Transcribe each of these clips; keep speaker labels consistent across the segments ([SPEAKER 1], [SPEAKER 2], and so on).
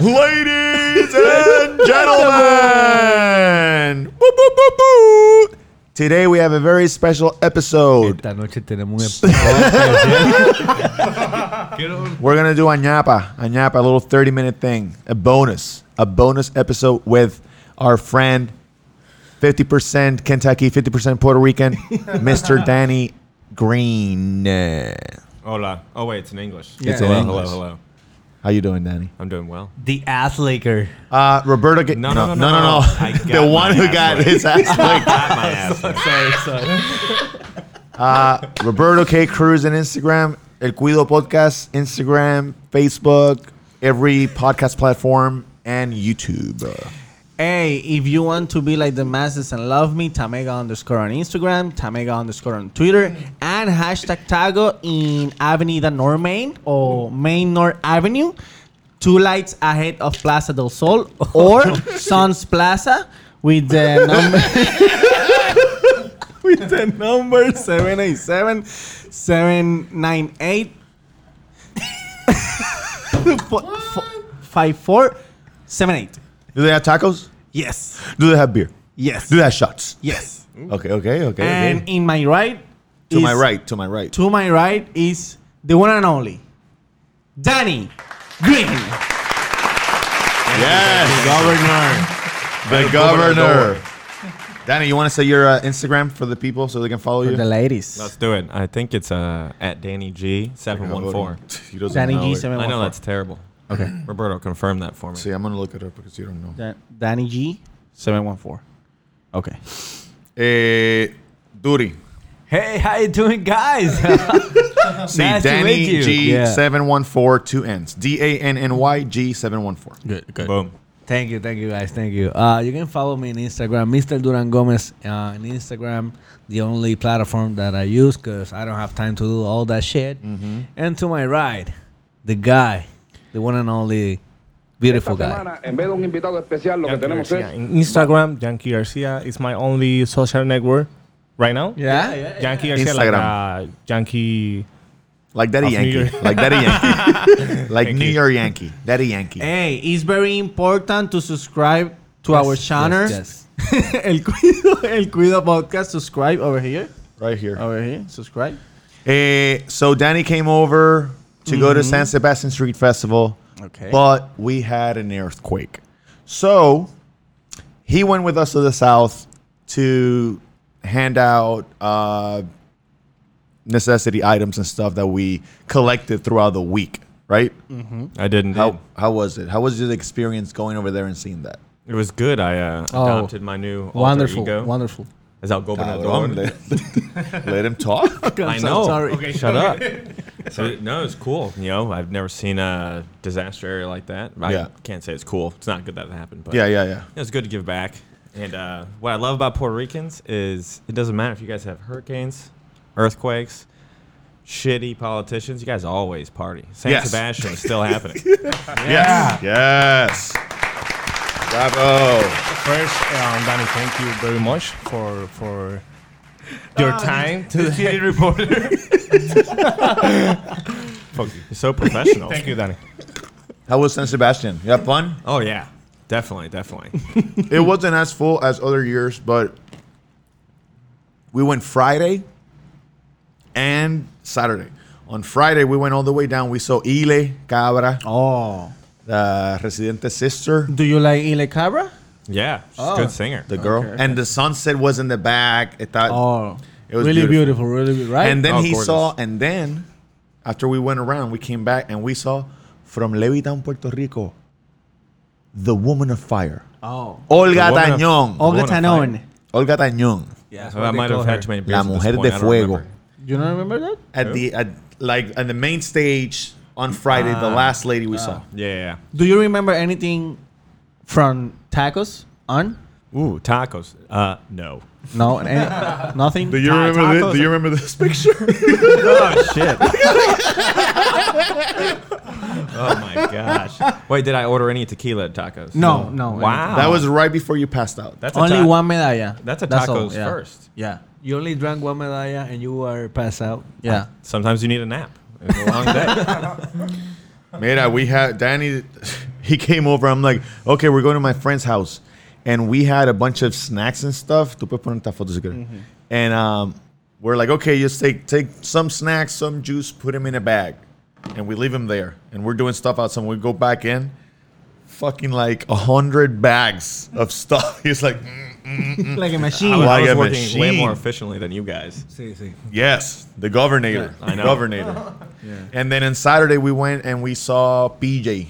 [SPEAKER 1] Ladies and gentlemen, Boop, boop, boop, boop. today we have a very special episode.
[SPEAKER 2] Esta noche tenemos un Quiero
[SPEAKER 1] We're gonna do añapa, añapa, a little thirty-minute thing, a bonus, a bonus episode with our friend, fifty percent Kentucky, fifty percent Puerto Rican, Mr. Danny Green. How
[SPEAKER 3] Hola. Oh wait, it's in English.
[SPEAKER 2] Yeah. It's in
[SPEAKER 3] hello,
[SPEAKER 1] English.
[SPEAKER 3] hello, hello.
[SPEAKER 1] you doing, Danny?
[SPEAKER 3] I'm doing well.
[SPEAKER 2] The ass licker.
[SPEAKER 1] Uh, Roberto. Ga-
[SPEAKER 3] No, no, no, no, no. I got
[SPEAKER 1] the one
[SPEAKER 3] my
[SPEAKER 1] who
[SPEAKER 3] ass
[SPEAKER 1] got
[SPEAKER 3] licked.
[SPEAKER 1] his ass licked.
[SPEAKER 3] Got my ass. licked.
[SPEAKER 2] Sorry, sorry.
[SPEAKER 1] Uh, Roberto K. Cruz on Instagram, El Cuido Podcast, Instagram, Facebook, every podcast platform, and YouTube.
[SPEAKER 4] Hey, if you want to be like the masses and love me, Tamega underscore on Instagram, Tamega underscore on Twitter, and hashtag Tago in Avenida Normain or Main North Avenue, two lights ahead of Plaza del Sol or Sons Plaza with the number. with the number 787 798 5478.
[SPEAKER 1] Do they have tacos?
[SPEAKER 4] Yes.
[SPEAKER 1] Do they have beer?
[SPEAKER 4] Yes.
[SPEAKER 1] Do they have shots?
[SPEAKER 4] Yes.
[SPEAKER 1] Okay, okay, okay.
[SPEAKER 4] And
[SPEAKER 1] okay.
[SPEAKER 4] in my right,
[SPEAKER 1] To my
[SPEAKER 4] is-
[SPEAKER 1] right, to my right.
[SPEAKER 4] to my right is the one and only Danny Green.
[SPEAKER 1] yes, the governor. The governor. Danny, you want to say your uh, Instagram for the people so they can follow you?
[SPEAKER 4] The
[SPEAKER 3] Let's
[SPEAKER 4] ladies.
[SPEAKER 3] do it. I think it's uh, at Danny G seven one four.
[SPEAKER 1] He doesn't
[SPEAKER 4] Danny
[SPEAKER 1] know
[SPEAKER 4] G
[SPEAKER 1] it.
[SPEAKER 4] seven
[SPEAKER 3] I
[SPEAKER 4] one
[SPEAKER 3] know
[SPEAKER 4] four.
[SPEAKER 3] that's terrible. Okay, Roberto, confirm that for me.
[SPEAKER 1] See, I'm going to look it up because you don't know.
[SPEAKER 4] Da- Danny G seven one four. Okay.
[SPEAKER 1] Eh, Duri.
[SPEAKER 2] Hey, how you doing, guys?
[SPEAKER 1] See,
[SPEAKER 2] Nice to
[SPEAKER 1] Danny
[SPEAKER 2] meet you.
[SPEAKER 1] G
[SPEAKER 2] Yeah.
[SPEAKER 1] seven one four two N's. D A N N Y G seven one four.
[SPEAKER 2] good, good.
[SPEAKER 3] Boom.
[SPEAKER 2] Thank you, thank you, guys. Thank you. Uh, you can follow me on Instagram, Mr. Duran Gomez. Uh, on Instagram, the only platform that I use because I don't have time to do all that shit.
[SPEAKER 4] Mm-hmm.
[SPEAKER 2] And to my right, the guy, the one and only beautiful
[SPEAKER 5] Esta
[SPEAKER 2] guy.
[SPEAKER 5] semana, en vez de un invitado especial, lo que tenemos es
[SPEAKER 6] In Instagram, Yankee Garcia is my only social network right now.
[SPEAKER 4] Yeah.
[SPEAKER 6] Yankee Garcia, like uh,
[SPEAKER 1] Instagram.
[SPEAKER 6] Yankee.
[SPEAKER 1] Like Daddy
[SPEAKER 6] Of New
[SPEAKER 1] Yankee.
[SPEAKER 6] York.
[SPEAKER 1] Like Daddy Yankee. like New York Yankee. Daddy Yankee.
[SPEAKER 4] Hey, it's very important to subscribe to our channel.
[SPEAKER 2] Yes,
[SPEAKER 4] El Cuido, El Cuido podcast. Subscribe over here.
[SPEAKER 1] Right here.
[SPEAKER 6] Oh.
[SPEAKER 4] Over here. Subscribe.
[SPEAKER 1] Eh, so Danny came over to go
[SPEAKER 6] Mm-hmm.
[SPEAKER 1] to San Sebastian Street Festival.
[SPEAKER 4] Okay.
[SPEAKER 1] But we had an earthquake. So he went with us to the south to hand out uh, necessity items and stuff that we collected throughout the week, right?
[SPEAKER 3] I didn't.
[SPEAKER 1] How how was it? How was your experience going over there and seeing that?
[SPEAKER 3] It was good. I uh,
[SPEAKER 2] Oh.
[SPEAKER 3] adopted my new
[SPEAKER 2] Wonderful,
[SPEAKER 3] alter ego.
[SPEAKER 2] wonderful.
[SPEAKER 3] Is that Gobernador?
[SPEAKER 1] let, let him talk.
[SPEAKER 3] I know.
[SPEAKER 4] Sorry.
[SPEAKER 3] Shut up. So, no, it's cool. You know, I've never seen a disaster area like that. I
[SPEAKER 1] Yeah.
[SPEAKER 3] can't say it's cool. It's not good that it happened. But
[SPEAKER 1] yeah, yeah, yeah.
[SPEAKER 3] It was good to give back. And uh, what I love about Puerto Ricans is it doesn't matter if you guys have hurricanes, earthquakes, shitty politicians, you guys always party. San
[SPEAKER 1] Yes.
[SPEAKER 3] Sebastian is still happening.
[SPEAKER 1] Yes. Yes. Bravo.
[SPEAKER 6] First, um, Danny, thank you very much for for your
[SPEAKER 3] Um,
[SPEAKER 6] time. To the city reporter.
[SPEAKER 3] Fuck, You're so professional.
[SPEAKER 6] thank you, Danny.
[SPEAKER 1] How was San Sebastian? You have fun?
[SPEAKER 3] Oh, yeah. Definitely, definitely.
[SPEAKER 1] it wasn't as full as other years, but we went Friday and Saturday. On Friday, we went all the way down. We saw Ile Cabra,
[SPEAKER 4] Oh.
[SPEAKER 1] the Residente sister,
[SPEAKER 4] Do you like Ile Cabra?
[SPEAKER 3] Yeah, she's a good singer.
[SPEAKER 1] the girl,
[SPEAKER 4] Okay.
[SPEAKER 1] and the sunset was in the back. It thought,
[SPEAKER 4] Oh.
[SPEAKER 1] it was
[SPEAKER 2] really
[SPEAKER 1] beautiful.
[SPEAKER 2] beautiful, really beautiful, right?
[SPEAKER 1] And then
[SPEAKER 3] Oh,
[SPEAKER 1] he
[SPEAKER 3] gorgeous.
[SPEAKER 1] saw, and then after we went around, we came back and we saw from Levittown, Puerto Rico, the Woman of Fire,
[SPEAKER 4] Oh.
[SPEAKER 1] Olga
[SPEAKER 3] The Woman of-
[SPEAKER 1] Tañón.
[SPEAKER 4] Olga
[SPEAKER 3] Wanna
[SPEAKER 4] Tanon.
[SPEAKER 1] Olga Tañón.
[SPEAKER 2] yeah,
[SPEAKER 3] So I might have had too many beers.
[SPEAKER 1] La
[SPEAKER 3] at this
[SPEAKER 1] Mujer
[SPEAKER 3] point,
[SPEAKER 1] de
[SPEAKER 3] I don't
[SPEAKER 1] Fuego.
[SPEAKER 3] remember.
[SPEAKER 4] You don't remember that?
[SPEAKER 1] at the at, like on the main stage on Friday, the last lady we saw.
[SPEAKER 3] Yeah, yeah,
[SPEAKER 4] Do you remember anything from tacos on?
[SPEAKER 3] yeah. Ooh, tacos. Uh, no.
[SPEAKER 4] No, any- nothing.
[SPEAKER 1] Do you
[SPEAKER 4] Ta-
[SPEAKER 1] remember?
[SPEAKER 4] tacos?
[SPEAKER 1] This, do you remember this picture?
[SPEAKER 3] oh shit. oh my gosh. Wait, did I order any tequila at tacos?
[SPEAKER 4] No, no.
[SPEAKER 3] Wow.
[SPEAKER 1] that was right before you passed out.
[SPEAKER 3] that's a
[SPEAKER 4] Only
[SPEAKER 3] ta-
[SPEAKER 4] one medalla.
[SPEAKER 3] That's a
[SPEAKER 4] all,
[SPEAKER 3] tacos
[SPEAKER 4] yeah.
[SPEAKER 3] first.
[SPEAKER 4] Yeah.
[SPEAKER 2] You only drank one medalla and you were passed out.
[SPEAKER 4] Yeah.
[SPEAKER 3] Sometimes you need a nap. It was a long day.
[SPEAKER 1] Mira, we had Danny. he came over. I'm like, okay, we're going to my friend's house, and we had a bunch of snacks and stuff. Tu puedes poner esta foto si quieres.
[SPEAKER 3] Mm-hmm.
[SPEAKER 1] And um, we're like, okay, just take take some snacks, some juice, put them in a bag, and we leave them there. And we're doing stuff outside. We go back in, fucking like a hundred bags of stuff. He's like, mm,
[SPEAKER 4] like a
[SPEAKER 3] I
[SPEAKER 4] machine.
[SPEAKER 3] was, I
[SPEAKER 1] Like
[SPEAKER 3] was
[SPEAKER 1] a
[SPEAKER 3] working way
[SPEAKER 1] machine.
[SPEAKER 3] more efficiently than you guys.
[SPEAKER 2] Sí, sí.
[SPEAKER 1] yes, the governor,
[SPEAKER 3] I know.
[SPEAKER 1] governor. And then on Saturday we went and we saw PJ,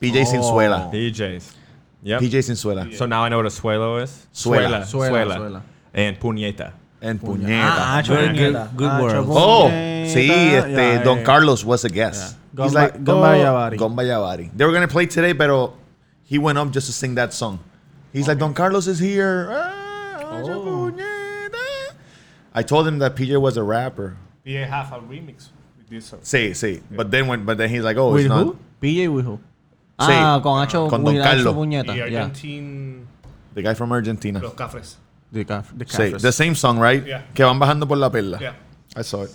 [SPEAKER 1] PJ Sinzuela.
[SPEAKER 3] DJs. Yep.
[SPEAKER 1] PJ Sinzuela
[SPEAKER 3] So now I know what a suelo is.
[SPEAKER 1] Suela.
[SPEAKER 4] Suela,
[SPEAKER 3] Suela.
[SPEAKER 4] suela.
[SPEAKER 3] And puñeta.
[SPEAKER 1] and Puñeta.
[SPEAKER 4] Ah, ah,
[SPEAKER 2] Very good-
[SPEAKER 4] Chabuñeta.
[SPEAKER 2] good
[SPEAKER 4] Ah,
[SPEAKER 2] words.
[SPEAKER 1] oh,
[SPEAKER 4] Chabuñeta.
[SPEAKER 1] see,
[SPEAKER 4] Yeah,
[SPEAKER 1] este,
[SPEAKER 4] yeah,
[SPEAKER 1] Don
[SPEAKER 4] yeah.
[SPEAKER 1] Carlos was a guest.
[SPEAKER 4] Yeah.
[SPEAKER 1] He's
[SPEAKER 4] Gomba-
[SPEAKER 1] like,
[SPEAKER 4] Gomba
[SPEAKER 1] oh,
[SPEAKER 4] Yavari.
[SPEAKER 1] Gomba Yavari. They were going to play today, pero he went up just to sing that song. He's like, Don Carlos is here.
[SPEAKER 4] Oh.
[SPEAKER 1] Ah, Chabuñeta. I told him that PJ was a rapper.
[SPEAKER 6] They have a remix with this song.
[SPEAKER 1] Say, say. But then when, but then he's like, oh,
[SPEAKER 4] With
[SPEAKER 1] it's not.
[SPEAKER 4] who? PJ with who?
[SPEAKER 1] Sí.
[SPEAKER 4] Ah, con Hacho,
[SPEAKER 1] Con Don
[SPEAKER 4] with Hacho
[SPEAKER 1] Carlo.
[SPEAKER 4] Buñeta.
[SPEAKER 6] The
[SPEAKER 4] Yeah.
[SPEAKER 6] Argentine
[SPEAKER 1] The guy from Argentina.
[SPEAKER 6] Los Cafres.
[SPEAKER 4] The Caf- the
[SPEAKER 1] Say,
[SPEAKER 4] Cafres.
[SPEAKER 1] the same song, right?
[SPEAKER 6] Yeah.
[SPEAKER 1] Que van bajando por la perla.
[SPEAKER 6] Yeah.
[SPEAKER 1] I saw it.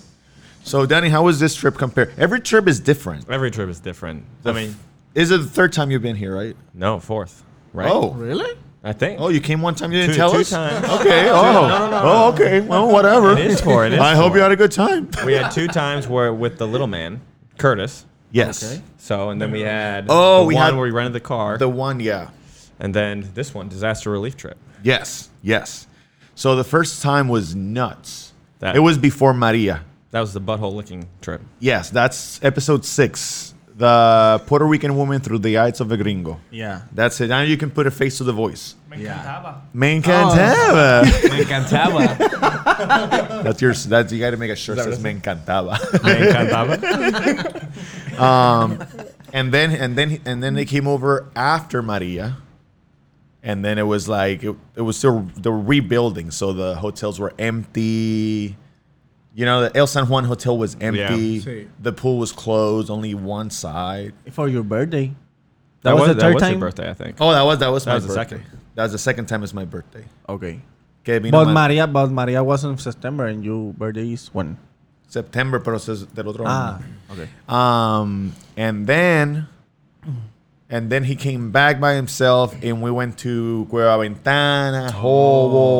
[SPEAKER 1] So, Danny, how is this trip compared? Every trip is different.
[SPEAKER 3] Every trip is different. I mean,
[SPEAKER 1] Is it the third time you've been here, right?
[SPEAKER 3] no, fourth. Right?
[SPEAKER 1] Oh.
[SPEAKER 4] Really?
[SPEAKER 3] I think.
[SPEAKER 1] Oh, you came one time. You didn't
[SPEAKER 3] Two-
[SPEAKER 1] tell
[SPEAKER 3] two
[SPEAKER 1] us.
[SPEAKER 3] times.
[SPEAKER 1] Okay. Oh. oh. Okay. Well, whatever.
[SPEAKER 3] It is four. It is
[SPEAKER 1] I hope
[SPEAKER 3] four.
[SPEAKER 1] you had a good time.
[SPEAKER 3] We had two times where with the little man, Curtis.
[SPEAKER 1] Yes.
[SPEAKER 3] So, and then we had
[SPEAKER 1] Oh,
[SPEAKER 3] the
[SPEAKER 1] we
[SPEAKER 3] one
[SPEAKER 1] had-
[SPEAKER 3] where we rented the car,
[SPEAKER 1] The one. Yeah.
[SPEAKER 3] and then this one, disaster relief trip.
[SPEAKER 1] Yes. Yes. So the first time was nuts.
[SPEAKER 3] That-
[SPEAKER 1] It was before Maria.
[SPEAKER 3] That was the butthole licking trip.
[SPEAKER 1] Yes, that's episode six. The Puerto Rican woman through the eyes of a gringo.
[SPEAKER 4] Yeah.
[SPEAKER 1] That's it. Now you can put a face to the voice.
[SPEAKER 6] Me encantaba.
[SPEAKER 1] Me encantaba.
[SPEAKER 2] Me encantaba.
[SPEAKER 3] Oh.
[SPEAKER 1] That's your. That's you got to make a shirt that says "Me encantaba." and then and then and then they came over after Maria, and then it was like it, it was still they were rebuilding, so the hotels were empty. You know, the El San Juan hotel was empty.
[SPEAKER 6] Sí.
[SPEAKER 1] The pool was closed, only one side.
[SPEAKER 4] For your birthday.
[SPEAKER 3] That,
[SPEAKER 4] was the
[SPEAKER 3] was, that
[SPEAKER 4] third
[SPEAKER 3] was
[SPEAKER 4] time?
[SPEAKER 3] your birthday, I think.
[SPEAKER 1] Oh, that was that was my
[SPEAKER 3] was the
[SPEAKER 1] birthday.
[SPEAKER 3] second.
[SPEAKER 1] That was the second time it's my birthday.
[SPEAKER 4] Okay.
[SPEAKER 1] Que vino
[SPEAKER 4] But
[SPEAKER 1] Ma-
[SPEAKER 4] Maria, but Maria was in September, and your birthday is when?
[SPEAKER 1] September, pero es del otro
[SPEAKER 4] Ah,
[SPEAKER 1] año.
[SPEAKER 4] okay.
[SPEAKER 1] Um, and then, and then he came back by himself, and we went to Cueva Ventana,
[SPEAKER 3] Oh,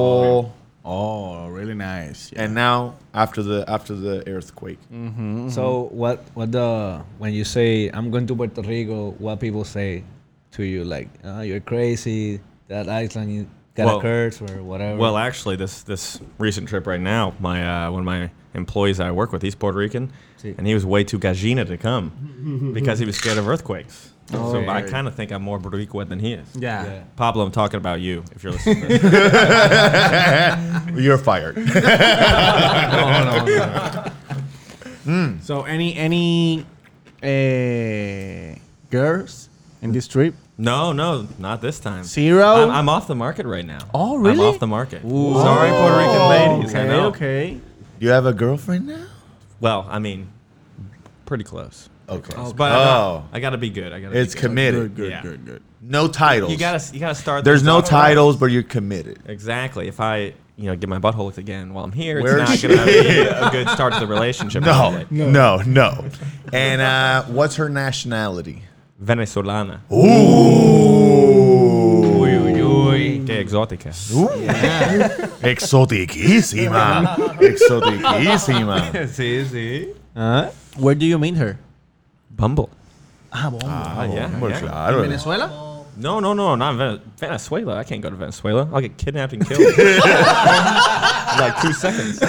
[SPEAKER 1] Hobo,
[SPEAKER 4] Oh, really nice.
[SPEAKER 1] and now after the after the earthquake,
[SPEAKER 2] so what? What the? When you say I'm going to Puerto Rico, what people say to you? Like, "Ah, you're crazy. That island you got
[SPEAKER 3] Well-
[SPEAKER 2] a curse or whatever.
[SPEAKER 3] Well, actually, this this recent trip right now, my uh, one of my employees I work with, he's Puerto Rican,
[SPEAKER 2] Sí.
[SPEAKER 3] and he was way too gallina to come because he was scared of earthquakes. so I kind of think I'm more Puerto Rican than he is.
[SPEAKER 4] Oh, yeah.
[SPEAKER 2] Yeah.
[SPEAKER 3] Pablo, I'm talking about you. If you're listening, to this.
[SPEAKER 1] you're fired.
[SPEAKER 4] So any any uh, girls in this trip?
[SPEAKER 3] no, no, not this time.
[SPEAKER 4] Zero?
[SPEAKER 3] I'm, I'm off the market right now.
[SPEAKER 4] Oh,
[SPEAKER 3] I'm
[SPEAKER 4] really? Oh,
[SPEAKER 3] off the market. Sorry, Puerto Rican ladies. I
[SPEAKER 4] Okay,
[SPEAKER 3] know.
[SPEAKER 4] okay.
[SPEAKER 1] you have a girlfriend now?
[SPEAKER 3] Well, I mean, pretty close.
[SPEAKER 1] Okay,
[SPEAKER 3] But
[SPEAKER 1] Oh.
[SPEAKER 3] oh. I gotta be good. I gotta.
[SPEAKER 1] it's
[SPEAKER 3] be good.
[SPEAKER 1] committed.
[SPEAKER 3] good, Yeah. good,
[SPEAKER 1] No titles.
[SPEAKER 3] You gotta, you gotta start.
[SPEAKER 1] There's
[SPEAKER 3] things
[SPEAKER 1] no
[SPEAKER 3] off right.
[SPEAKER 1] titles, but you're committed.
[SPEAKER 3] Exactly. If I, you know, get my butthole licked again while I'm here,
[SPEAKER 1] Where
[SPEAKER 3] it's
[SPEAKER 1] is
[SPEAKER 3] not gonna be a good start to the relationship.
[SPEAKER 1] No,
[SPEAKER 3] probably.
[SPEAKER 1] no, no. And uh, what's her nationality?
[SPEAKER 3] Venezolana.
[SPEAKER 1] Ooh.
[SPEAKER 3] Que exotica.
[SPEAKER 1] Exotiquísima. Exotiquísima.
[SPEAKER 3] sí, sí.
[SPEAKER 4] Where do you meet her?
[SPEAKER 3] Bumble.
[SPEAKER 4] Ah, well,
[SPEAKER 3] Ah, yeah,
[SPEAKER 1] Hombre,
[SPEAKER 3] yeah.
[SPEAKER 1] claro.
[SPEAKER 4] Venezuela.
[SPEAKER 3] No, no, no, not Ven- Venezuela. I can't go to Venezuela. I'll get kidnapped and killed. in like two seconds.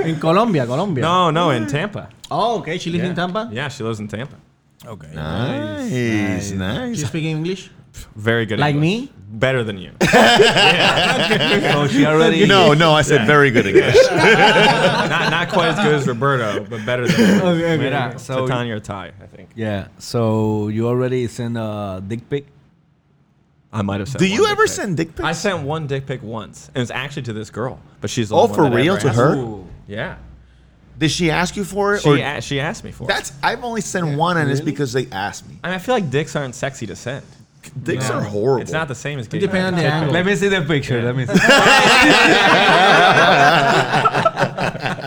[SPEAKER 4] In Colombia, Colombia.
[SPEAKER 3] No, no, in Tampa.
[SPEAKER 4] Oh, okay. She lives in Tampa.
[SPEAKER 3] Yeah, she lives in Tampa.
[SPEAKER 4] Okay.
[SPEAKER 1] Nice,
[SPEAKER 4] She
[SPEAKER 1] nice.
[SPEAKER 4] speaks English.
[SPEAKER 3] Very good.
[SPEAKER 4] Like
[SPEAKER 3] English.
[SPEAKER 4] me?
[SPEAKER 3] Better than you.
[SPEAKER 2] so she already.
[SPEAKER 1] No, no, I said very good English.
[SPEAKER 3] not not quite as good as Roberto, but better than you.
[SPEAKER 2] Mira, so-
[SPEAKER 3] Titania or Ty, I think.
[SPEAKER 2] Yeah. So you already sent a dick pic.
[SPEAKER 3] I might have sent
[SPEAKER 1] Do
[SPEAKER 3] one
[SPEAKER 1] you
[SPEAKER 3] dick
[SPEAKER 1] ever
[SPEAKER 3] pic.
[SPEAKER 1] send dick
[SPEAKER 3] I
[SPEAKER 1] pics?
[SPEAKER 3] sent one dick pic once, and it's actually to this girl, but she's the
[SPEAKER 1] Oh,
[SPEAKER 3] only one
[SPEAKER 1] for
[SPEAKER 3] that
[SPEAKER 1] real?
[SPEAKER 3] ever
[SPEAKER 1] To
[SPEAKER 3] asked
[SPEAKER 1] her?
[SPEAKER 3] me. Yeah,
[SPEAKER 1] Did she ask you for it?
[SPEAKER 3] she
[SPEAKER 1] Or
[SPEAKER 3] a- she asked me for it.
[SPEAKER 1] that's I've only sent one, and it's because they asked me.
[SPEAKER 3] I mean, I feel like dicks aren't sexy to send.
[SPEAKER 1] Dicks are horrible.
[SPEAKER 3] It's not the same as
[SPEAKER 4] It
[SPEAKER 3] getting
[SPEAKER 4] depends on the
[SPEAKER 3] dick pic.
[SPEAKER 4] angle.
[SPEAKER 2] me see the picture. Let me see.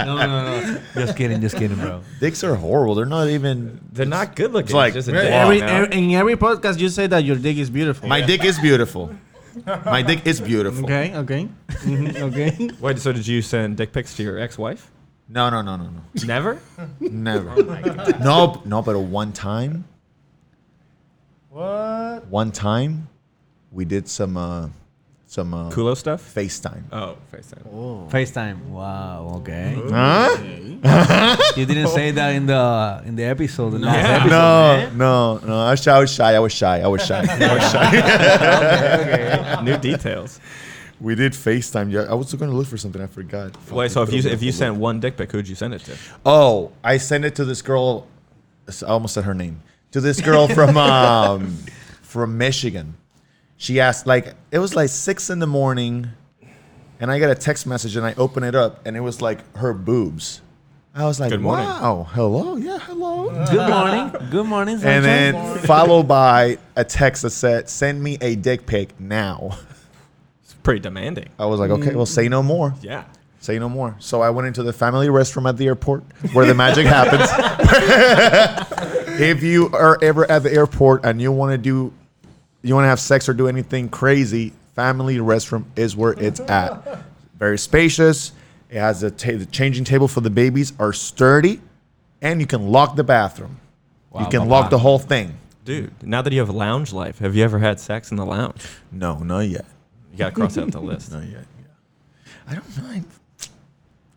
[SPEAKER 2] No, no, no. Just kidding, just kidding, bro.
[SPEAKER 1] Dicks are horrible. They're not even.
[SPEAKER 3] They're not good looking. It's
[SPEAKER 1] like,
[SPEAKER 3] just a
[SPEAKER 1] very-
[SPEAKER 3] dick,
[SPEAKER 4] Every,
[SPEAKER 3] you know?
[SPEAKER 4] every- in every podcast, you say that your dick is beautiful.
[SPEAKER 1] My dick is beautiful. My dick is beautiful.
[SPEAKER 4] okay, okay, Mhm, okay.
[SPEAKER 3] Wait, so did you send dick pics to your ex-wife?
[SPEAKER 1] No, no, no, no, no.
[SPEAKER 3] Never.
[SPEAKER 1] Never. no, no, but one time,
[SPEAKER 6] What?
[SPEAKER 1] one time, we did some, uh, some uh,
[SPEAKER 3] Kulo stuff.
[SPEAKER 1] FaceTime.
[SPEAKER 3] Oh, FaceTime.
[SPEAKER 2] FaceTime. Wow, okay.
[SPEAKER 1] Huh?
[SPEAKER 2] You didn't say that in the in the episode. the last
[SPEAKER 3] Yeah.
[SPEAKER 2] episode.
[SPEAKER 1] No, no, no. I was shy. I was shy. I was shy. I was shy. I was shy.
[SPEAKER 3] New details.
[SPEAKER 1] we did FaceTime. Yeah, I was going to look for something. I forgot.
[SPEAKER 3] Wait, so if you if you
[SPEAKER 1] send.
[SPEAKER 3] sent one dick pic, who'd you send it to?
[SPEAKER 1] Oh, I sent it to this girl. I almost said her name. To this girl from um, from Michigan. She asked like it was like six in the morning, and I got a text message and I open it up and it was like her boobs. I was like,
[SPEAKER 3] Good morning.
[SPEAKER 1] wow, hello, yeah, hello.
[SPEAKER 2] Good morning. Good morning. Sunshine.
[SPEAKER 1] and then followed by a text that said, "Send me a dick pic now."
[SPEAKER 3] It's pretty demanding.
[SPEAKER 1] I was like, okay, well, say no more.
[SPEAKER 3] Yeah.
[SPEAKER 1] Say no more. So I went into the family restroom at the airport where the magic happens. if you are ever at the airport and you want to do, you want to have sex or do anything crazy, family restroom is where it's at. Very spacious. It has a ta- the changing table for the babies are sturdy, and you can lock the bathroom. you can lock the whole thing.
[SPEAKER 3] Dude, now that you have lounge life, have you ever had sex in the lounge?
[SPEAKER 1] No, not yet.
[SPEAKER 3] You gotta cross out the list.
[SPEAKER 1] Not yet. I don't know. I,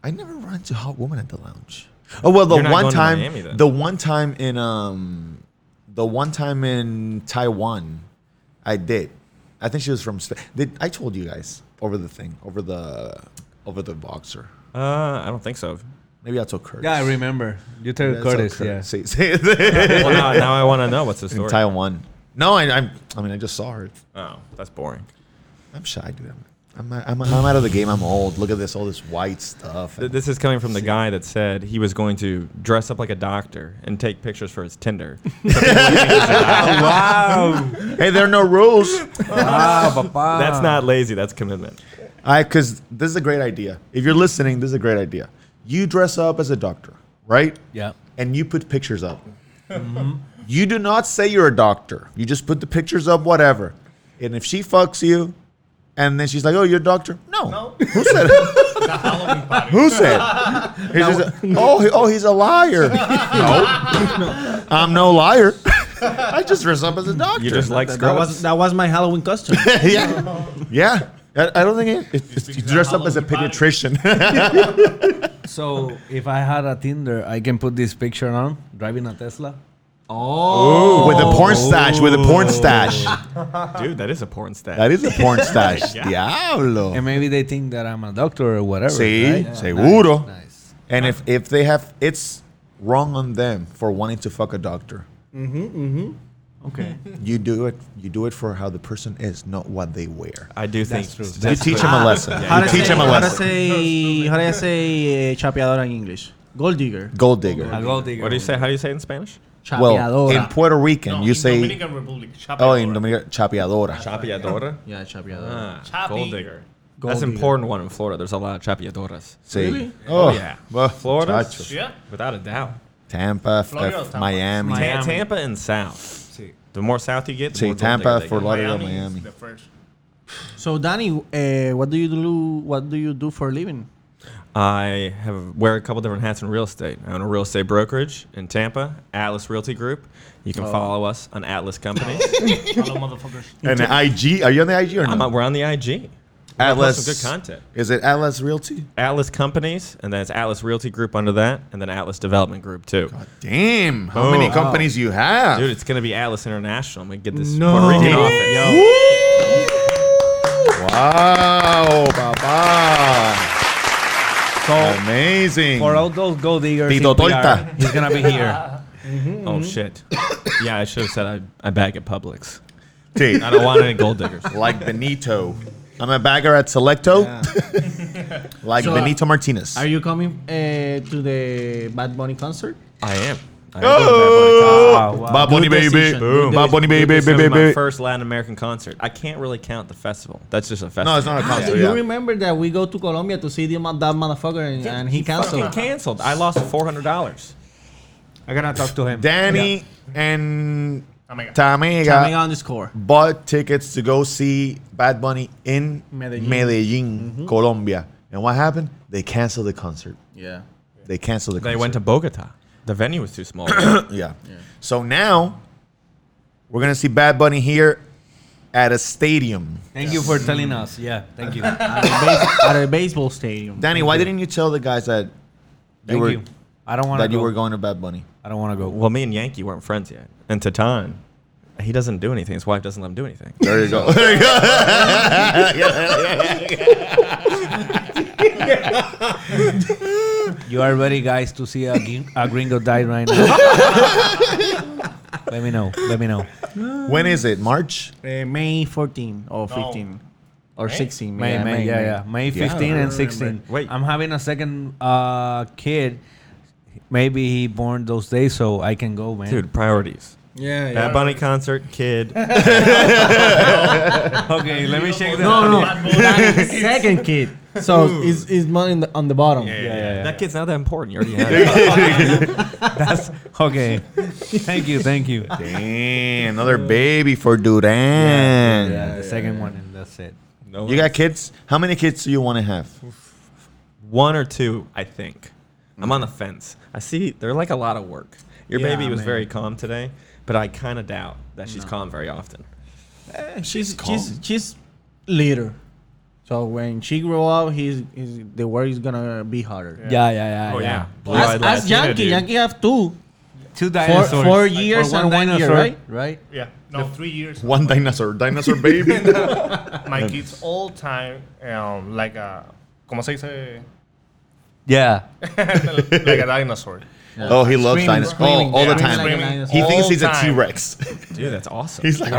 [SPEAKER 1] I never run into a hot woman at the lounge. Oh well, the
[SPEAKER 3] You're not
[SPEAKER 1] one
[SPEAKER 3] going to
[SPEAKER 1] time,
[SPEAKER 3] Miami, then.
[SPEAKER 1] the one time in um, the one time in Taiwan, I did. I think she was from. Sp- Did I told you guys over the thing over the over the boxer?
[SPEAKER 3] Uh, I don't think so.
[SPEAKER 1] Maybe I told Curtis.
[SPEAKER 2] yeah, I remember. You tell
[SPEAKER 1] I told
[SPEAKER 2] Curtis. Yeah.
[SPEAKER 1] See, see,
[SPEAKER 3] Well, now, now I want to know what's the
[SPEAKER 1] in
[SPEAKER 3] story.
[SPEAKER 1] Taiwan. No, I, I'm. I mean, I just saw her.
[SPEAKER 3] Oh, that's boring.
[SPEAKER 1] I'm shy, dude. I'm, I'm, I'm, I'm out of the game. I'm old. Look at this, all this white stuff.
[SPEAKER 3] Th- This is coming from the guy that said he was going to dress up like a doctor and take pictures for his Tinder.
[SPEAKER 1] hey, there are no rules.
[SPEAKER 2] Ah, papa.
[SPEAKER 3] That's not lazy. That's commitment.
[SPEAKER 1] I because this is a great idea. If you're listening, this is a great idea. You dress up as a doctor, right?
[SPEAKER 2] Yeah.
[SPEAKER 1] And you put pictures up. You do not say you're a doctor. You just put the pictures up, whatever. And if she fucks you, and then she's like, "Oh, you're a doctor?" No. Who said it? Who said? it? It's just a- oh, he- oh, he's a liar. no, I'm no liar. I just dress up as a doctor.
[SPEAKER 3] You just like
[SPEAKER 4] That was
[SPEAKER 3] scrubs.
[SPEAKER 4] that was my Halloween costume.
[SPEAKER 1] yeah, yeah. I, I don't think it. it, it you dress up as a pediatrician.
[SPEAKER 2] So if I had a Tinder, I can put this picture on driving a Tesla.
[SPEAKER 1] with a porn stash, with a porn stash.
[SPEAKER 3] Dude, that is a porn stat.
[SPEAKER 1] That is a porn stash. Diablo.
[SPEAKER 2] And maybe they think that I'm a doctor or whatever.
[SPEAKER 1] See,
[SPEAKER 2] right?
[SPEAKER 1] seguro.
[SPEAKER 2] Nice, nice.
[SPEAKER 1] And if, if they have, it's wrong on them for wanting to fuck a doctor.
[SPEAKER 2] Okay.
[SPEAKER 1] You do it. You do it for how the person is, not what they wear.
[SPEAKER 3] I do think.
[SPEAKER 2] true.
[SPEAKER 1] You
[SPEAKER 3] statistically-
[SPEAKER 1] teach them a lesson.
[SPEAKER 4] Ah, How
[SPEAKER 1] You
[SPEAKER 4] do I
[SPEAKER 1] teach
[SPEAKER 4] say,
[SPEAKER 1] them a
[SPEAKER 4] how do I
[SPEAKER 1] lesson.
[SPEAKER 4] say, how do I say eh, chapeadora in English? Gold digger.
[SPEAKER 1] Gold digger.
[SPEAKER 2] A gold digger.
[SPEAKER 3] What do you say? How do you say it in Spanish?
[SPEAKER 1] Well, in
[SPEAKER 4] Chapeadora.
[SPEAKER 1] Puerto Rican, you
[SPEAKER 6] in
[SPEAKER 1] say,
[SPEAKER 6] Dominican Republic.
[SPEAKER 1] oh, in
[SPEAKER 6] Dominican.
[SPEAKER 1] Dominica, chapeadora.
[SPEAKER 3] Chapeadora.
[SPEAKER 4] yeah, chapeadora.
[SPEAKER 3] Ah,
[SPEAKER 6] Chapi.
[SPEAKER 3] gold digger.
[SPEAKER 4] Gold
[SPEAKER 3] That's
[SPEAKER 4] digger.
[SPEAKER 3] important one in Florida. There's a lot of chapeadoras.
[SPEAKER 1] See.
[SPEAKER 6] Really?
[SPEAKER 1] Oh,
[SPEAKER 3] yeah.
[SPEAKER 1] well,
[SPEAKER 3] Florida.
[SPEAKER 1] chacho.
[SPEAKER 6] Yeah.
[SPEAKER 3] Without a doubt.
[SPEAKER 1] Tampa, F-
[SPEAKER 6] Florida or
[SPEAKER 1] F-
[SPEAKER 6] Tampa?
[SPEAKER 1] Miami.
[SPEAKER 3] Ta-
[SPEAKER 6] Miami.
[SPEAKER 3] Tampa and South. The more south you get, the
[SPEAKER 1] See,
[SPEAKER 3] more gold
[SPEAKER 1] Tampa,
[SPEAKER 3] digger they
[SPEAKER 1] Fort
[SPEAKER 3] get.
[SPEAKER 1] Lauderdale,
[SPEAKER 6] Miami is
[SPEAKER 1] Miami.
[SPEAKER 6] the first.
[SPEAKER 4] So Danny, eh, what do you do? What do you do for a living?
[SPEAKER 3] I have wear a couple different hats in real estate. I own a real estate brokerage in Tampa, Atlas Realty Group. You can follow us on Atlas Companies.
[SPEAKER 6] Hello, motherfuckers.
[SPEAKER 1] And the IG, are you on the IG or
[SPEAKER 3] I'm
[SPEAKER 1] no?
[SPEAKER 3] on- we're on the IG.
[SPEAKER 1] Atlas.
[SPEAKER 3] Plus some good content.
[SPEAKER 1] Is it Atlas Realty?
[SPEAKER 3] Atlas Companies, and then it's Atlas Realty Group under that, and then Atlas Development Group too.
[SPEAKER 1] Damn, how
[SPEAKER 3] Oh.
[SPEAKER 1] many
[SPEAKER 3] Wow.
[SPEAKER 1] companies you have?
[SPEAKER 3] Dude, it's gonna be Atlas International. I'm gonna get this
[SPEAKER 4] No.
[SPEAKER 3] Puerto Rican
[SPEAKER 4] Yeah.
[SPEAKER 3] office.
[SPEAKER 1] wow, Baba. Amazing.
[SPEAKER 2] For all those gold diggers,
[SPEAKER 1] Tito
[SPEAKER 2] in PR,
[SPEAKER 1] Torta.
[SPEAKER 2] he's gonna be here.
[SPEAKER 3] Oh shit. yeah, I should have said I, I bag at Publix.
[SPEAKER 1] See,
[SPEAKER 3] I don't want any gold diggers.
[SPEAKER 1] like Benito. I'm a bagger at Selecto. like
[SPEAKER 4] So, uh,
[SPEAKER 1] Benito Martinez.
[SPEAKER 4] Are you coming eh, to the Bad Bunny concert?
[SPEAKER 3] I am. I am
[SPEAKER 1] Oh!
[SPEAKER 3] doing that, but I can't.
[SPEAKER 2] wow.
[SPEAKER 1] Bad Bunny,
[SPEAKER 4] Good
[SPEAKER 1] baby.
[SPEAKER 4] decision.
[SPEAKER 1] Boom.
[SPEAKER 4] Good
[SPEAKER 1] Bad Bunny, baby,
[SPEAKER 3] This
[SPEAKER 1] baby,
[SPEAKER 3] was
[SPEAKER 1] baby,
[SPEAKER 3] my
[SPEAKER 1] baby.
[SPEAKER 3] first Latin American concert. I can't really count the festival. That's just a festival.
[SPEAKER 1] No, it's not a
[SPEAKER 4] Ah,
[SPEAKER 1] concert.
[SPEAKER 4] you
[SPEAKER 1] Yeah.
[SPEAKER 4] remember that we go to Colombia to see the, mo- that motherfucker and, and he,
[SPEAKER 3] Fucking
[SPEAKER 4] canceled.
[SPEAKER 3] canceled. I lost four hundred dollars.
[SPEAKER 2] I gotta talk to him.
[SPEAKER 1] Danny and
[SPEAKER 6] Tamega.
[SPEAKER 4] Coming
[SPEAKER 1] Tamega
[SPEAKER 4] on the score.
[SPEAKER 1] bought tickets to go see Bad Bunny in
[SPEAKER 4] Medellin.
[SPEAKER 1] Medellin,
[SPEAKER 2] Mm-hmm.
[SPEAKER 1] Colombia. And what happened? They canceled the concert.
[SPEAKER 4] Yeah.
[SPEAKER 1] They canceled the concert.
[SPEAKER 3] They went to Bogota. The venue was too small.
[SPEAKER 1] Yeah. So now we're gonna see Bad Bunny here at a stadium.
[SPEAKER 2] Thank you for telling us. Yeah, thank you.
[SPEAKER 4] At a, base, at a baseball stadium.
[SPEAKER 1] Danny, why didn't you tell the guys that you
[SPEAKER 2] Thank
[SPEAKER 1] were
[SPEAKER 2] you. I don't want to
[SPEAKER 1] that
[SPEAKER 2] go.
[SPEAKER 1] you were going to Bad Bunny?
[SPEAKER 2] I don't want to go.
[SPEAKER 3] well, me and Yankee weren't friends yet, and Tatan, he doesn't do anything. His wife doesn't let him do anything.
[SPEAKER 1] There you go. There you go.
[SPEAKER 2] You are ready, guys, to see a, gin- a gringo die right now. let me know. Let me know.
[SPEAKER 1] when is it? March?
[SPEAKER 4] Uh, May 14 or 15 or 16.
[SPEAKER 2] May,
[SPEAKER 4] yeah,
[SPEAKER 2] May, yeah, yeah. May 15 and 16.
[SPEAKER 3] Wait.
[SPEAKER 2] I'm having a second uh, kid. Maybe he born those days, so I can go, man.
[SPEAKER 3] Dude, priorities.
[SPEAKER 4] Yeah,
[SPEAKER 3] Bad Bunny concert, kid.
[SPEAKER 2] Okay, let me check that.
[SPEAKER 4] No, no. Second kid. So it's, it's money on the, on the bottom.
[SPEAKER 2] Yeah, yeah, yeah.
[SPEAKER 3] That kid's not that important. You already had it.
[SPEAKER 2] That's okay. thank you, thank you.
[SPEAKER 1] Damn, another baby for Duran.
[SPEAKER 2] Yeah, the second one, and that's it.
[SPEAKER 3] No
[SPEAKER 1] You got kids? How many kids do you want to have?
[SPEAKER 3] one or two, I think. I'm on the fence. I see they're like a lot of work. Your
[SPEAKER 2] Yeah,
[SPEAKER 3] baby was
[SPEAKER 2] man.
[SPEAKER 3] very calm today, but I kind of doubt that she's calm very often.
[SPEAKER 4] She's, she's, she's little. So when she grow up, he's, he's the work is gonna be harder.
[SPEAKER 2] Yeah, yeah, Oh, yeah.
[SPEAKER 4] As, as Yankee, Yankee have two,
[SPEAKER 2] Two
[SPEAKER 4] four,
[SPEAKER 2] dinosaurs.
[SPEAKER 4] four years
[SPEAKER 2] Or
[SPEAKER 4] and one year,
[SPEAKER 2] dinosaur,
[SPEAKER 4] right?
[SPEAKER 2] Right.
[SPEAKER 6] Yeah, no, three years.
[SPEAKER 1] One dinosaur, dinosaur baby.
[SPEAKER 6] My kids all time, um, like a, como se dice,
[SPEAKER 2] Yeah.
[SPEAKER 6] like a dinosaur.
[SPEAKER 1] Oh, he loves
[SPEAKER 4] Screaming,
[SPEAKER 1] dinosaurs
[SPEAKER 4] screaming,
[SPEAKER 1] all, all the
[SPEAKER 4] yeah.
[SPEAKER 1] time.
[SPEAKER 4] Screaming like a
[SPEAKER 1] he
[SPEAKER 6] dinosaur.
[SPEAKER 1] thinks
[SPEAKER 6] All
[SPEAKER 1] he's a
[SPEAKER 6] time.
[SPEAKER 1] T Rex.
[SPEAKER 3] Dude, that's awesome.
[SPEAKER 1] He's like,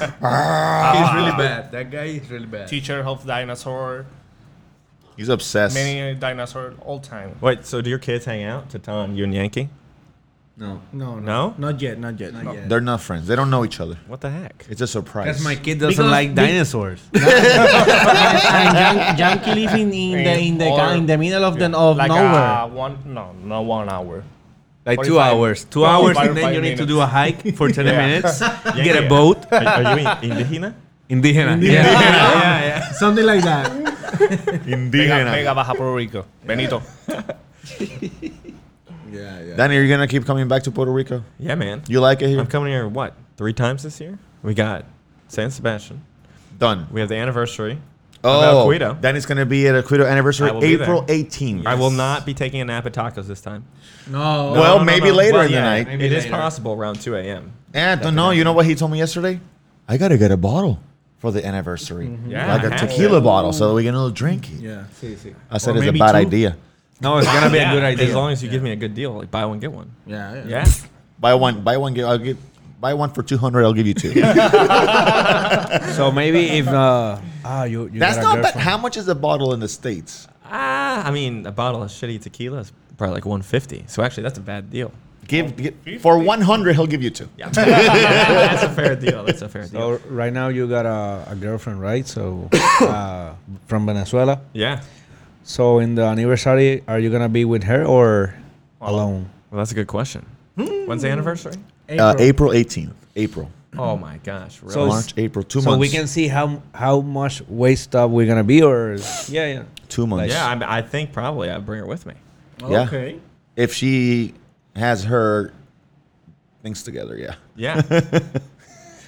[SPEAKER 2] He's really bad. That guy is really bad.
[SPEAKER 6] Teacher of dinosaur,
[SPEAKER 1] he's obsessed.
[SPEAKER 6] many dinosaur all time.
[SPEAKER 3] Wait, so do your kids hang out? Tatan, you and Yankee?
[SPEAKER 2] No.
[SPEAKER 4] No,
[SPEAKER 3] No?
[SPEAKER 4] not yet, not yet.
[SPEAKER 2] Not yet.
[SPEAKER 1] They're not friends. They don't know each other.
[SPEAKER 3] What the heck?
[SPEAKER 1] It's a surprise.
[SPEAKER 2] Because my kid doesn't
[SPEAKER 4] Because
[SPEAKER 2] like
[SPEAKER 4] they-
[SPEAKER 2] dinosaurs.
[SPEAKER 4] and Yan- Yankee live in, in the in the
[SPEAKER 6] Or-
[SPEAKER 4] in the middle of the of
[SPEAKER 6] like
[SPEAKER 4] nowhere.
[SPEAKER 6] A one, no, not one hour.
[SPEAKER 2] Like two
[SPEAKER 6] 45
[SPEAKER 2] hours. Two
[SPEAKER 6] No,
[SPEAKER 2] hours,
[SPEAKER 6] five-
[SPEAKER 2] and then
[SPEAKER 6] five
[SPEAKER 2] you need to
[SPEAKER 6] minutes.
[SPEAKER 2] do a hike for 10
[SPEAKER 6] Yeah.
[SPEAKER 2] minutes, get
[SPEAKER 3] yeah.
[SPEAKER 2] a boat.
[SPEAKER 3] Are, are you in Indahina?
[SPEAKER 2] Indígena. Yeah. yeah, yeah.
[SPEAKER 4] Something like that.
[SPEAKER 6] Vega,
[SPEAKER 1] Indígena.
[SPEAKER 6] Vega Baja Puerto Rico. Benito.
[SPEAKER 1] Danny, are you gonna keep coming back to Puerto Rico?
[SPEAKER 3] Yeah, man.
[SPEAKER 1] You like it here?
[SPEAKER 3] I'm coming here, what, three times this year? We got San Sebastian.
[SPEAKER 1] Done.
[SPEAKER 3] We have the anniversary.
[SPEAKER 1] Oh,
[SPEAKER 3] Quito.
[SPEAKER 1] Danny's gonna be at a Quito anniversary,
[SPEAKER 3] I will be there.
[SPEAKER 1] April 18th.
[SPEAKER 3] I will not be taking a nap at tacos this time.
[SPEAKER 4] No.
[SPEAKER 1] Well, maybe later in the night.
[SPEAKER 3] It is
[SPEAKER 2] Maybe later.
[SPEAKER 3] possible around 2 a.m.
[SPEAKER 1] Yeah, don't know. You know what he told me yesterday? I gotta get a bottle for the anniversary,
[SPEAKER 3] Yeah,
[SPEAKER 1] like
[SPEAKER 3] I
[SPEAKER 1] a
[SPEAKER 3] have
[SPEAKER 1] tequila
[SPEAKER 3] to.
[SPEAKER 1] bottle, so that we can all drink it.
[SPEAKER 4] Yeah.
[SPEAKER 1] I said
[SPEAKER 4] Or
[SPEAKER 1] it's a
[SPEAKER 4] maybe
[SPEAKER 1] bad
[SPEAKER 4] two.
[SPEAKER 1] idea.
[SPEAKER 2] No, it's going to be a good idea.
[SPEAKER 3] As long as you give me a good deal, like buy one, get one.
[SPEAKER 4] Yeah. yeah.
[SPEAKER 3] Yeah.
[SPEAKER 1] Buy one, buy one. Give, I'll give. Buy one for two hundred. I'll give you two.
[SPEAKER 2] so maybe if. Uh, ah, you, you
[SPEAKER 1] That's not
[SPEAKER 2] got a
[SPEAKER 1] bad.
[SPEAKER 2] girlfriend.
[SPEAKER 1] How much is a bottle in the states?
[SPEAKER 3] Ah, I mean, a bottle of shitty tequila is probably like 150. So actually, that's a bad deal.
[SPEAKER 1] Give, give for one hundred. He'll give you two.
[SPEAKER 3] Yeah. that's a fair deal. That's a fair deal.
[SPEAKER 2] So right now you got a, a girlfriend, right? So uh, from Venezuela.
[SPEAKER 3] Yeah.
[SPEAKER 2] So in the anniversary, are you gonna be with her or alone?
[SPEAKER 3] Well, that's a good question. When's the
[SPEAKER 4] Hmm.
[SPEAKER 3] anniversary?
[SPEAKER 1] Uh, April eighteenth. April.
[SPEAKER 3] Oh my gosh. Really?
[SPEAKER 2] So it's-
[SPEAKER 1] March, April, two
[SPEAKER 2] so
[SPEAKER 1] months.
[SPEAKER 2] we can see how how much waste up we're gonna be, or yeah, yeah.
[SPEAKER 1] two months.
[SPEAKER 3] yeah, I, I think probably I'd bring her with me.
[SPEAKER 1] Yeah. If she has her things together, yeah.
[SPEAKER 3] Yeah.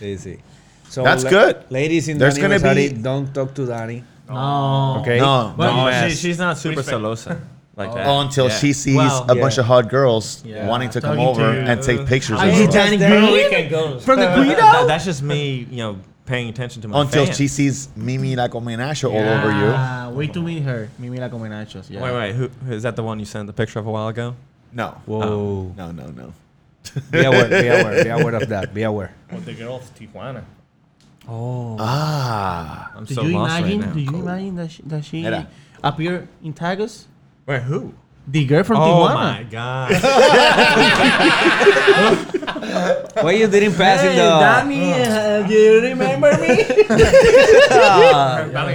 [SPEAKER 2] Easy. So
[SPEAKER 1] That's good.
[SPEAKER 2] ladies. In
[SPEAKER 1] There's
[SPEAKER 2] the
[SPEAKER 1] gonna
[SPEAKER 2] anniversary,
[SPEAKER 1] be-
[SPEAKER 2] don't talk to Danny.
[SPEAKER 4] No.
[SPEAKER 2] Okay.
[SPEAKER 1] No,
[SPEAKER 4] But-
[SPEAKER 1] no.
[SPEAKER 3] she, she's not super celosa like that.
[SPEAKER 1] Oh, until
[SPEAKER 3] Yeah.
[SPEAKER 1] she sees
[SPEAKER 2] Well,
[SPEAKER 1] a
[SPEAKER 2] yeah.
[SPEAKER 1] bunch of hot girls
[SPEAKER 4] Yeah.
[SPEAKER 1] wanting to come
[SPEAKER 6] Talking
[SPEAKER 1] over
[SPEAKER 6] to-
[SPEAKER 1] and take pictures
[SPEAKER 4] Are
[SPEAKER 1] of
[SPEAKER 4] you
[SPEAKER 1] us.
[SPEAKER 4] Danny Green from the
[SPEAKER 3] That- that-
[SPEAKER 4] Guido?
[SPEAKER 3] that's just me, you know, paying attention to my
[SPEAKER 1] until
[SPEAKER 3] fans.
[SPEAKER 1] she sees Mimi like Menasha all over you.
[SPEAKER 4] Ah, wait to meet her. Mimi la come nachos. Yeah.
[SPEAKER 3] Wait, wait. Who, who- is that the one you sent the picture of a while ago?
[SPEAKER 1] No,
[SPEAKER 2] Whoa.
[SPEAKER 1] no, no, no.
[SPEAKER 2] Oh. be aware. Be aware. Be aware of that. Be aware.
[SPEAKER 6] With the girl of Tijuana.
[SPEAKER 1] Ah,
[SPEAKER 3] I'm
[SPEAKER 4] Do
[SPEAKER 3] so
[SPEAKER 4] you
[SPEAKER 3] lost
[SPEAKER 4] imagine?
[SPEAKER 3] right now.
[SPEAKER 4] do you imagine that she, that she
[SPEAKER 1] Mira.
[SPEAKER 4] appear in Tagos?
[SPEAKER 3] Wait, who?
[SPEAKER 4] The girl from
[SPEAKER 3] Oh
[SPEAKER 4] Tijuana.
[SPEAKER 3] my god.
[SPEAKER 2] Why you didn't pass it though?
[SPEAKER 4] Danny, uh, do you remember me?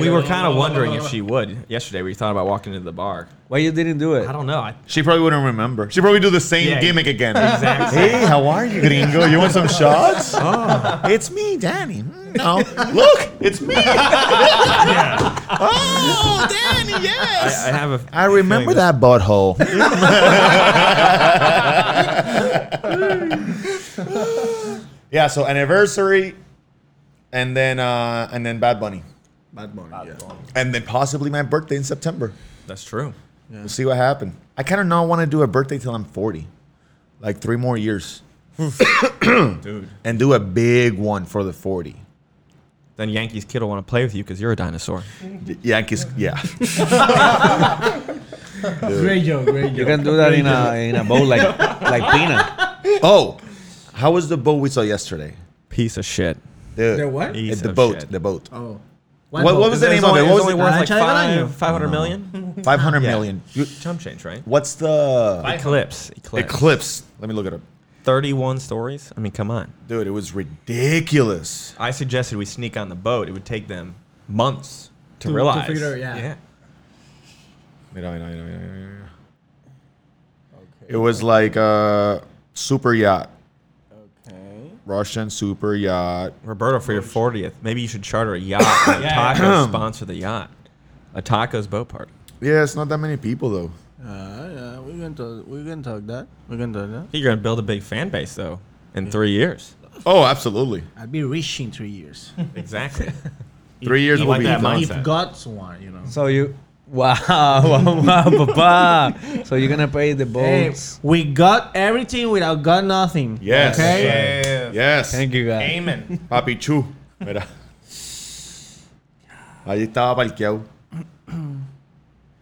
[SPEAKER 3] We were kind of wondering if she would yesterday. We thought about walking into the bar.
[SPEAKER 2] Why you didn't do it?
[SPEAKER 3] I don't know. I,
[SPEAKER 1] She probably wouldn't remember. She probably do the same
[SPEAKER 3] Yeah.
[SPEAKER 1] gimmick again.
[SPEAKER 3] Exactly.
[SPEAKER 1] Hey, how are you, Gringo? You want some shots? Oh, it's me, Danny. Mm, No, look, it's me. Oh, Danny,
[SPEAKER 3] I
[SPEAKER 1] yes.
[SPEAKER 3] have a.
[SPEAKER 1] I remember that
[SPEAKER 3] feeling
[SPEAKER 1] butthole. yeah. So anniversary, and then uh, and then Bad Bunny,
[SPEAKER 4] Bad morning.
[SPEAKER 1] and then possibly my birthday in September.
[SPEAKER 3] That's true.
[SPEAKER 1] We'll see what happens. I kind of not want to do a birthday till I'm 40, like three more years,
[SPEAKER 3] Dude.
[SPEAKER 1] and do a big one for the 40.
[SPEAKER 3] Then Yankees kid will want to play with you because you're a dinosaur.
[SPEAKER 1] Y- Yankees, yeah.
[SPEAKER 4] Great joke, great
[SPEAKER 2] You can do that in a in a bowl like like peanut.
[SPEAKER 1] Oh, how was the boat we saw yesterday?
[SPEAKER 3] Piece of shit.
[SPEAKER 1] The,
[SPEAKER 4] The what?
[SPEAKER 3] Piece
[SPEAKER 1] the
[SPEAKER 3] of
[SPEAKER 1] boat,
[SPEAKER 3] shit.
[SPEAKER 1] the boat.
[SPEAKER 4] Oh.
[SPEAKER 1] What- what was the name of it? What was
[SPEAKER 3] only
[SPEAKER 1] it?
[SPEAKER 3] worth like
[SPEAKER 4] Rancho del Año.
[SPEAKER 3] five, 500 million? Mm.
[SPEAKER 1] 500
[SPEAKER 3] Yeah.
[SPEAKER 1] million. You-
[SPEAKER 3] Chump change, right?
[SPEAKER 1] What's the
[SPEAKER 3] Eclipse. Eclipse.
[SPEAKER 1] eclipse? Let me look it up.
[SPEAKER 3] 31 stories? I mean, come on.
[SPEAKER 1] Dude, it was ridiculous.
[SPEAKER 3] I suggested we sneak on the boat. It would take them months to, realize.
[SPEAKER 4] figure out, yeah.
[SPEAKER 1] Mira, mira, mira, mira, mira, mira. It was like a super yacht,
[SPEAKER 4] Okay.
[SPEAKER 1] Russian super yacht.
[SPEAKER 3] Roberto, for your 40th, maybe you should charter a yacht and tacos sponsor the yacht. A tacos boat party.
[SPEAKER 1] Yeah, it's not that many people though.
[SPEAKER 4] Uh, yeah, we can talk. We can talk that. We can talk that.
[SPEAKER 3] You're going to build a big fan base, though, in three years.
[SPEAKER 1] Oh, absolutely.
[SPEAKER 4] I'll be rich in three years.
[SPEAKER 3] Exactly.
[SPEAKER 1] Three years will
[SPEAKER 3] like
[SPEAKER 1] be
[SPEAKER 3] that
[SPEAKER 1] done.
[SPEAKER 3] mindset.
[SPEAKER 4] if God's one, you know.
[SPEAKER 2] So you wow wow wow papa. So you're gonna pay the
[SPEAKER 4] Hey,
[SPEAKER 2] boats.
[SPEAKER 4] we got everything without got nothing.
[SPEAKER 1] Yes.
[SPEAKER 4] Okay.
[SPEAKER 6] Yeah.
[SPEAKER 1] Yes.
[SPEAKER 2] Thank you guys.
[SPEAKER 6] Amen.
[SPEAKER 1] Papi Chu. Mira. Ahí estaba parqueado.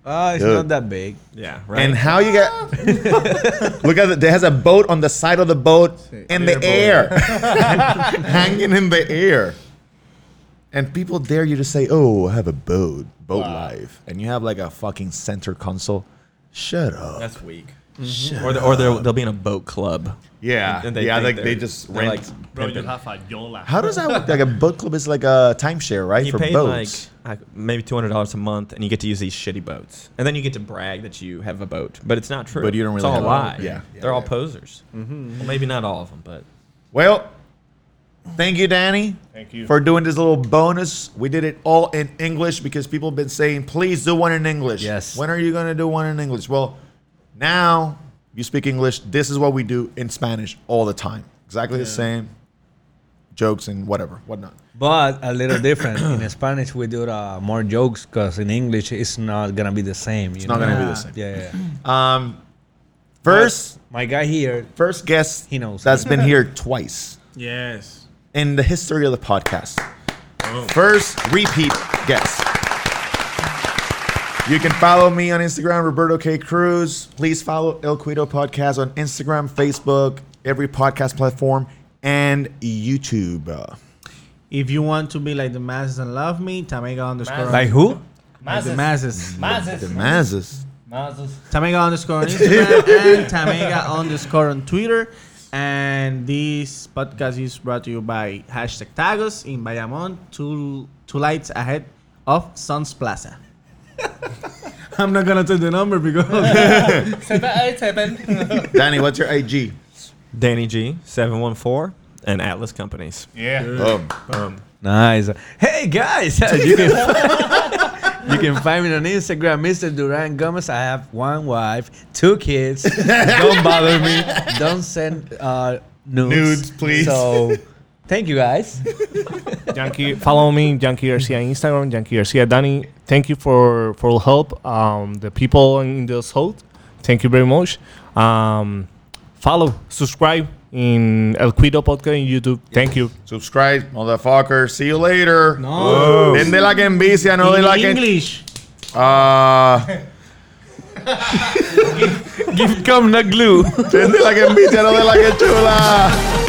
[SPEAKER 2] Oh, it's
[SPEAKER 1] Dude.
[SPEAKER 2] not that big.
[SPEAKER 3] yeah, right.
[SPEAKER 1] And how you get? Look at it. There has a boat on the side of the boat in the air, hanging in the air. And people dare you to say, "Oh, I have a boat, boat life," and you have like a fucking center console. Shut up.
[SPEAKER 3] That's weak. Or, the, or they'll, they'll be in a boat club.
[SPEAKER 1] yeah,
[SPEAKER 3] And they
[SPEAKER 1] yeah. Like
[SPEAKER 3] think
[SPEAKER 1] they
[SPEAKER 3] they're-
[SPEAKER 1] just
[SPEAKER 3] they're
[SPEAKER 1] rent.
[SPEAKER 3] like,
[SPEAKER 6] Bro, you have a yola.
[SPEAKER 1] how does that work? Like a boat club is like a timeshare, right?
[SPEAKER 3] You
[SPEAKER 1] For
[SPEAKER 3] pay
[SPEAKER 1] boats.
[SPEAKER 3] like uh, maybe two hundred dollars a month, and you get to use these shitty boats, and then you get to brag that you have a boat, but it's not true.
[SPEAKER 1] But you don't
[SPEAKER 3] It's
[SPEAKER 1] really
[SPEAKER 3] all
[SPEAKER 1] have a
[SPEAKER 3] a lie.
[SPEAKER 1] boat. Yeah.
[SPEAKER 3] they're all posers. Well, maybe not all of them, but
[SPEAKER 1] well, thank you, Danny.
[SPEAKER 6] Thank you.
[SPEAKER 1] for doing this little bonus. We did it all in English because people have been saying, please do one in English.
[SPEAKER 2] Yes.
[SPEAKER 1] When are you going to do one in English? Well, now you speak English. This is what we do in Spanish all the time. Exactly the same jokes and whatever, whatnot.
[SPEAKER 2] But a little different. In Spanish, we do uh, more jokes because in English, it's not gonna be the same. You it's
[SPEAKER 1] not
[SPEAKER 2] know?
[SPEAKER 1] gonna be the same.
[SPEAKER 2] Yeah, yeah.
[SPEAKER 1] Um, first,
[SPEAKER 2] My guy here,
[SPEAKER 1] first guest
[SPEAKER 2] He knows.
[SPEAKER 1] that's been here twice
[SPEAKER 6] Yes.
[SPEAKER 1] in the history of the podcast. First repeat guest. You can follow me on Instagram, Roberto K. Cruz. Please follow El Cuido Podcast on Instagram, Facebook, every podcast platform, and YouTube. Uh,
[SPEAKER 4] If you want to be like the masses and love me, Tamega underscore.
[SPEAKER 2] like who?
[SPEAKER 4] like the masses.
[SPEAKER 1] The
[SPEAKER 6] Mazes. Mm.
[SPEAKER 1] Mazes.
[SPEAKER 6] Mazes.
[SPEAKER 4] Tamega underscore on Instagram and Tamega underscore on Twitter. And this podcast is brought to you by hashtag Tagos in Bayamon, two, two lights ahead of Suns Plaza. I'm not gonna tell the number because
[SPEAKER 1] Danny, what's your IG?
[SPEAKER 3] Danny G seven one four and Atlas Companies.
[SPEAKER 6] Yeah.
[SPEAKER 1] Um,
[SPEAKER 2] Nice. Hey guys, you can you can find me on Instagram, Mr. Duran Gomez. I have one wife, two kids. Don't bother me. Don't send uh, nudes.
[SPEAKER 1] Nudes, please.
[SPEAKER 2] So, thank you guys.
[SPEAKER 6] Yankee, follow me, Yankee Garcia on Instagram, Yankee Garcia Danny. Thank you for for all help. Um, the people in this host, thank you very much. Um, follow, subscribe in El Cuido Podcast in YouTube. Thank you.
[SPEAKER 1] subscribe, motherfucker. See you later.
[SPEAKER 4] No.
[SPEAKER 1] Denle like envidia, no de
[SPEAKER 4] in
[SPEAKER 1] like en-
[SPEAKER 4] English.
[SPEAKER 1] Uh,
[SPEAKER 6] Give come not glue.
[SPEAKER 1] denle like envidia, no de like en chula.